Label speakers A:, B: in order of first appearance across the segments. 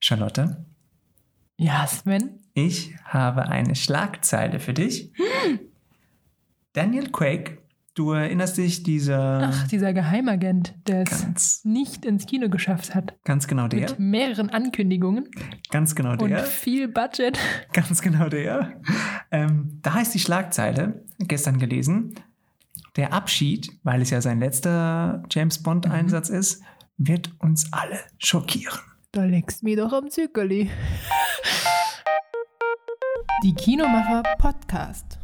A: Charlotte,
B: Jasmin?
A: ich habe eine Schlagzeile für dich.
B: Hm.
A: Daniel Craig, du erinnerst dich dieser
B: Ach, dieser Geheimagent, der es
A: ganz,
B: nicht ins Kino geschafft hat.
A: ganz genau der,
B: Mit mehreren Ankündigungen
A: ganz genau
B: und
A: der,
B: viel Budget.
A: ganz genau der. Ähm, da ist die Schlagzeile gestern gelesen. Der Abschied, weil es ja sein letzter James Bond
B: Mhm.
A: Einsatz ist, wird uns alle schockieren.
B: Da leckst mir doch am Zückerli. Die Kinomacher Podcast.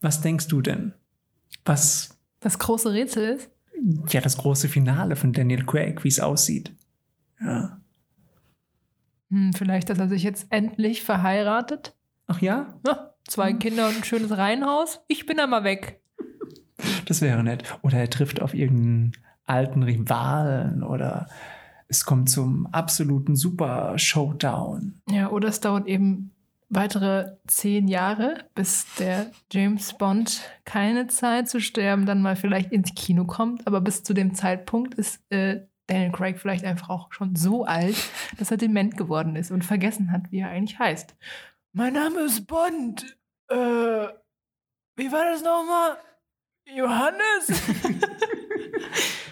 A: Was denkst du denn? Was
B: Das große Rätsel ist,
A: ja das große Finale von Daniel Craig, wie es aussieht. Ja.
B: hm, vielleicht, dass er sich jetzt endlich verheiratet.
A: Ach ja,
B: Ja, zwei Kinder und ein schönes Reihenhaus. Ich bin da mal weg.
A: das wäre nett. Oder er trifft auf irgendeinen alten Rivalen oder es kommt zum absoluten Super Showdown.
B: Ja, oder es dauert eben weitere zehn Jahre, bis der James Bond keine Zeit zu sterben dann mal vielleicht ins Kino kommt. Aber bis zu dem Zeitpunkt ist äh, Daniel Craig vielleicht einfach auch schon so alt, dass er dement geworden ist und vergessen hat, wie er eigentlich heißt. Mein Name ist Bond. Äh, wie war das nochmal? Johannes?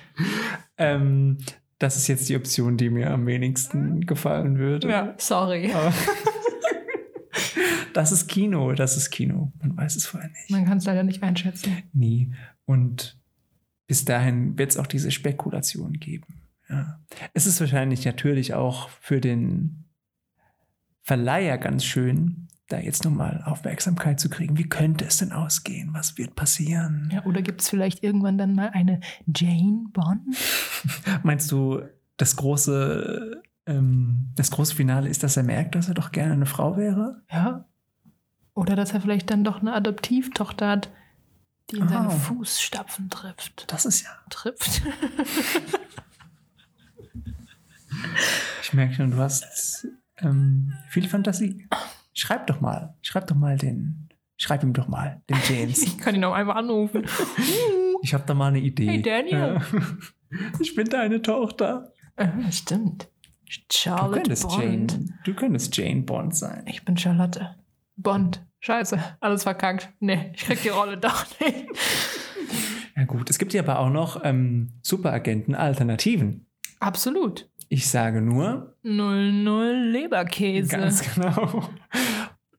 A: Ähm, das ist jetzt die Option, die mir am wenigsten gefallen würde.
B: ja, sorry.
A: Aber das ist Kino, das ist Kino. Man weiß es vorher nicht.
B: Man kann es leider nicht einschätzen.
A: Nie. Und bis dahin wird es auch diese Spekulation geben. Ja. Es ist wahrscheinlich natürlich auch für den Verleiher ganz schön, da jetzt nochmal Aufmerksamkeit zu kriegen. Wie könnte es denn ausgehen? Was wird passieren?
B: Ja, oder gibt es vielleicht irgendwann dann mal eine Jane Bond?
A: Meinst du, das große, ähm, das große Finale ist, dass er merkt, dass er doch gerne eine Frau wäre?
B: Ja. Oder dass er vielleicht dann doch eine Adoptivtochter hat, die in seine
A: Ah.
B: Fußstapfen trifft.
A: Das ist ja.
B: Trifft.
A: Ich merke schon, du hast ähm, viel Fantasie. Schreib doch mal. Schreib doch mal den. Schreib ihm doch mal, den James.
B: Ich kann ihn auch einfach anrufen.
A: Ich habe da mal eine Idee.
B: Hey, Daniel.
A: Ja. Ich bin deine Tochter.
B: Äh, Stimmt.
A: Du
B: Charlotte
A: könntest,
B: Bond.
A: Jane, du könntest Jane Bond sein.
B: Ich bin Charlotte. Bond. Scheiße, alles verkackt. Nee, ich krieg die Rolle doch nicht.
A: Ja gut, es gibt ja aber auch noch ähm, Superagenten-Alternativen.
B: Absolut.
A: Ich sage nur,
B: 0-0 Leberkäse.
A: Ganz genau.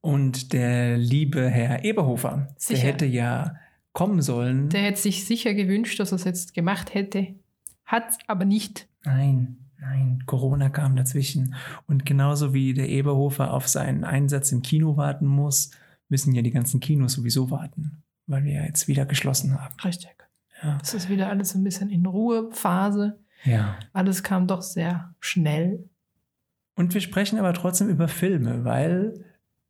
A: Und der liebe Herr Eberhofer,
B: Sicher.
A: der hätte ja kommen sollen.
B: Der hätte sich sicher gewünscht, dass er es jetzt gemacht hätte. Hat's aber nicht.
A: nein, nein, Corona kam dazwischen. Und genauso wie der Eberhofer auf seinen Einsatz im Kino warten muss, müssen ja die ganzen Kinos sowieso warten, weil wir ja jetzt wieder geschlossen haben.
B: Richtig.
A: Ja.
B: Es ist wieder alles so ein bisschen in Ruhephase.
A: ja.
B: Alles kam doch sehr schnell.
A: Und wir sprechen aber trotzdem über Filme, weil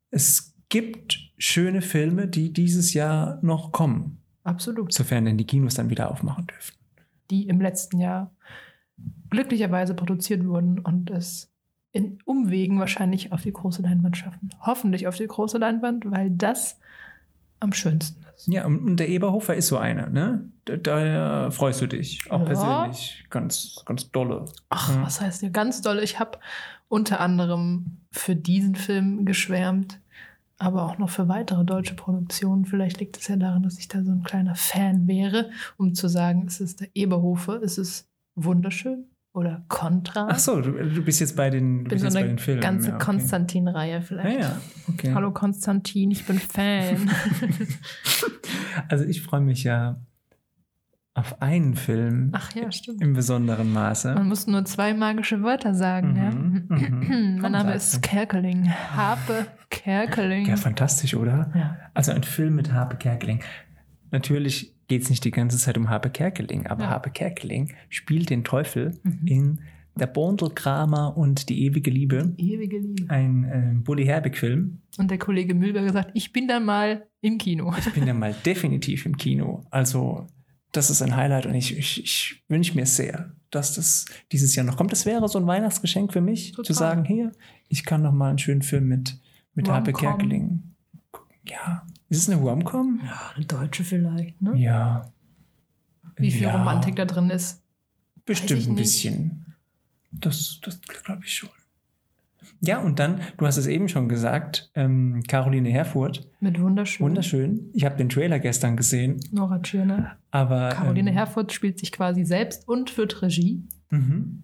A: es gibt schöne Filme, die dieses Jahr noch kommen,
B: Absolut.
A: sofern denn die Kinos dann wieder aufmachen dürfen.
B: Die im letzten Jahr glücklicherweise produziert wurden und es in Umwegen wahrscheinlich auf die große Leinwand schaffen. Hoffentlich auf die große Leinwand, weil das am schönsten ist.
A: Ja, und und der Eberhofer ist so einer, ne? Da, da freust du dich, auch
B: Ja.
A: persönlich, ganz, ganz dolle.
B: Ach,
A: Ja.
B: Mhm. was heißt hier ganz doll? Ich habe unter anderem für diesen Film geschwärmt, aber auch noch für weitere deutsche Produktionen. Vielleicht liegt es ja daran, dass ich da so ein kleiner Fan wäre, um zu sagen, es ist der Eberhofer, es ist wunderschön oder Contra.
A: Ach so, du, du bist jetzt bei den, du
B: bin
A: bist
B: so
A: jetzt bei
B: eine
A: den Filmen.
B: ganze
A: ja, okay.
B: Konstantin-Reihe
A: Ja,
B: vielleicht.
A: ja, okay.
B: Hallo Konstantin, ich bin Fan.
A: Also ich freue mich ja auf einen Film
B: Ach ja, stimmt.
A: im besonderen Maße.
B: Man muss nur zwei magische Wörter sagen.
A: Mhm,
B: Ja.
A: mhm. Komm,
B: mein Name
A: sag's.
B: ist Kerkeling. Harpe Kerkeling.
A: Ja, fantastisch, oder?
B: Ja.
A: Also ein Film mit Harpe Kerkeling. Natürlich geht es nicht die ganze Zeit um Harpe Kerkeling, aber
B: Ja.
A: Harpe Kerkeling spielt den Teufel
B: Mhm.
A: in Der Bondelkramer und die ewige Liebe.
B: Ewige Liebe.
A: Ein äh, Bully Herbig-Film,
B: Und der Kollege Mühlberg sagt, ich bin dann mal im Kino.
A: Ich bin ja mal definitiv im Kino. Also, das ist ein Highlight und ich, ich, ich wünsche mir sehr, dass das dieses Jahr noch kommt. Das wäre so ein Weihnachtsgeschenk für mich, zu
B: Total.
A: sagen, hier, ich kann noch mal einen schönen Film mit, mit Harpe
B: Rom-Com.
A: Kerkeling gucken. Ja. Ist es eine Rom-Com?
B: Ja, eine Deutsche vielleicht, ne?
A: Ja.
B: Hm? Wie viel
A: Ja.
B: Romantik da drin ist.
A: Bestimmt
B: ich
A: ein
B: nicht.
A: bisschen. Das, das glaube ich schon. Ja, und dann, du hast es eben schon gesagt, ähm, Caroline Herfurth,
B: Mit wunderschön.
A: wunderschön. Ich habe den Trailer gestern gesehen,
B: Nora Tschirner.
A: aber.
B: Caroline
A: ähm,
B: Herford spielt sich quasi selbst und führt Regie.
A: Mhm.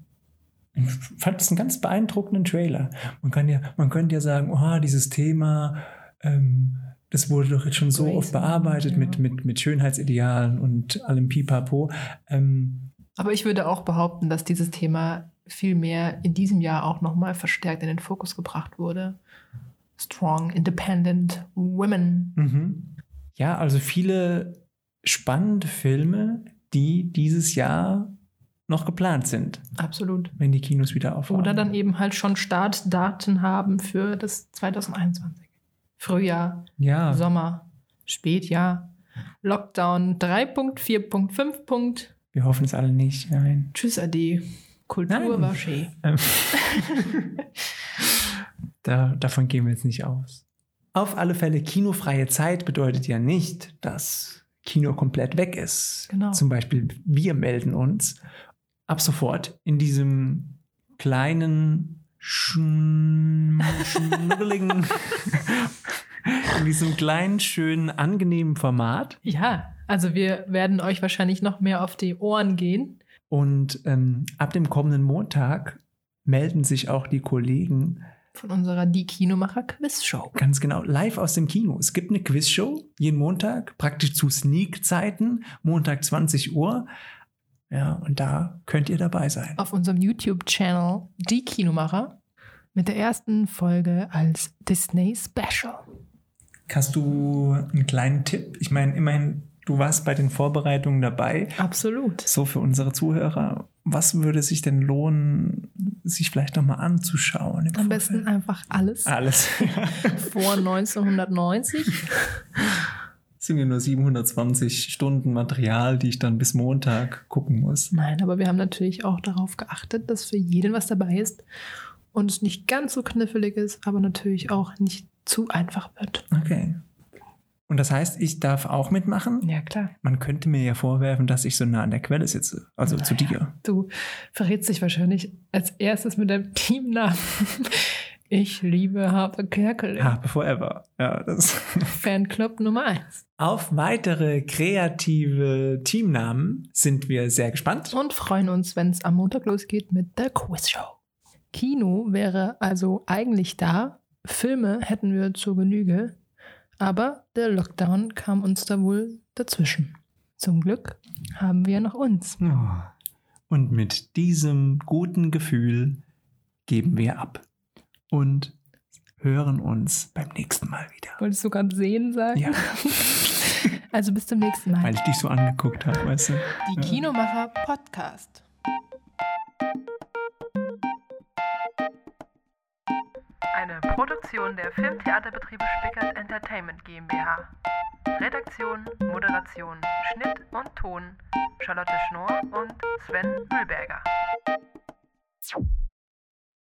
A: Ich fand es einen ganz beeindruckenden Trailer. Man, kann ja, man könnte ja sagen, oh, dieses Thema, ähm, das wurde doch jetzt schon so
B: Grace,
A: oft bearbeitet
B: ja.
A: mit, mit, mit Schönheitsidealen und allem Pipapo. Ähm,
B: Aber ich würde auch behaupten, dass dieses Thema viel mehr in diesem Jahr auch nochmal verstärkt in den Fokus gebracht wurde. Strong, independent women.
A: mhm. Ja, also viele spannende Filme, die dieses Jahr noch geplant sind,
B: Absolut.
A: wenn die Kinos wieder aufhaben.
B: Oder dann eben halt schon Startdaten haben für das 2021. Frühjahr,
A: ja,
B: Sommer, Spätjahr, Lockdown 3.4.5. Punkt.
A: wir hoffen es alle nicht. Nein.
B: Tschüss, Ade. Kultur
A: Nein.
B: war schön.
A: Ähm. da, davon gehen wir jetzt nicht aus. Auf alle Fälle, kinofreie Zeit bedeutet ja nicht, dass Kino komplett weg ist.
B: Genau.
A: Zum Beispiel, wir melden uns ab sofort in diesem kleinen, schn- schnuckeligen, in diesem kleinen, schönen, angenehmen Format.
B: Ja, also wir werden euch wahrscheinlich noch mehr auf die Ohren gehen.
A: Und ähm, ab dem kommenden Montag melden sich auch die Kollegen
B: von unserer Die Kinomacher Quizshow.
A: Ganz genau, live aus dem Kino. Es gibt eine Quizshow jeden Montag, praktisch zu Sneak-Zeiten, Montag 20 Uhr. Ja, und da könnt ihr dabei sein.
B: Auf unserem YouTube-Channel Die Kinomacher mit der ersten Folge als Disney Special.
A: Hast du einen kleinen Tipp? Ich meine, immerhin, du warst bei den Vorbereitungen dabei.
B: Absolut.
A: So für unsere Zuhörer, was würde sich denn lohnen, sich vielleicht nochmal anzuschauen? im
B: Am
A: Vorfeld?
B: besten einfach alles
A: Alles.
B: vor 1990.
A: Es sind ja nur 720 Stunden Material, die ich dann bis Montag gucken muss.
B: Nein, aber wir haben natürlich auch darauf geachtet, dass für jeden was dabei ist und es nicht ganz so knifflig ist, aber natürlich auch nicht zu einfach wird.
A: Okay. Und das heißt, ich darf auch mitmachen?
B: Ja, klar.
A: Man könnte mir ja vorwerfen, dass ich so nah an der Quelle sitze. Also zu dir.
B: Du verrätst dich wahrscheinlich als erstes mit deinem Teamnamen. Ich liebe Harpe Kerkeling.
A: Harpe Forever. Ja, das.
B: Fanclub Nummer 1.
A: Auf weitere kreative Teamnamen sind wir sehr gespannt.
B: Und freuen uns, wenn es am Montag losgeht mit der Quizshow. Kino wäre also eigentlich da. Filme hätten wir zur Genüge. Aber der Lockdown kam uns da wohl dazwischen. Zum Glück haben wir noch uns.
A: Ja. Und mit diesem guten Gefühl geben wir ab und hören uns beim nächsten Mal wieder.
B: Wolltest du gerade sehen sagen?
A: Ja,
B: Also bis zum nächsten
A: weil
B: Mal.
A: ich dich so angeguckt habe, weißt du.
B: Die Kinomacher Podcast.
C: Eine Produktion der Filmtheaterbetriebe Spickert Entertainment GmbH. Redaktion, Moderation, Schnitt und Ton Charlotte Schnorr und Sven Mühlberger.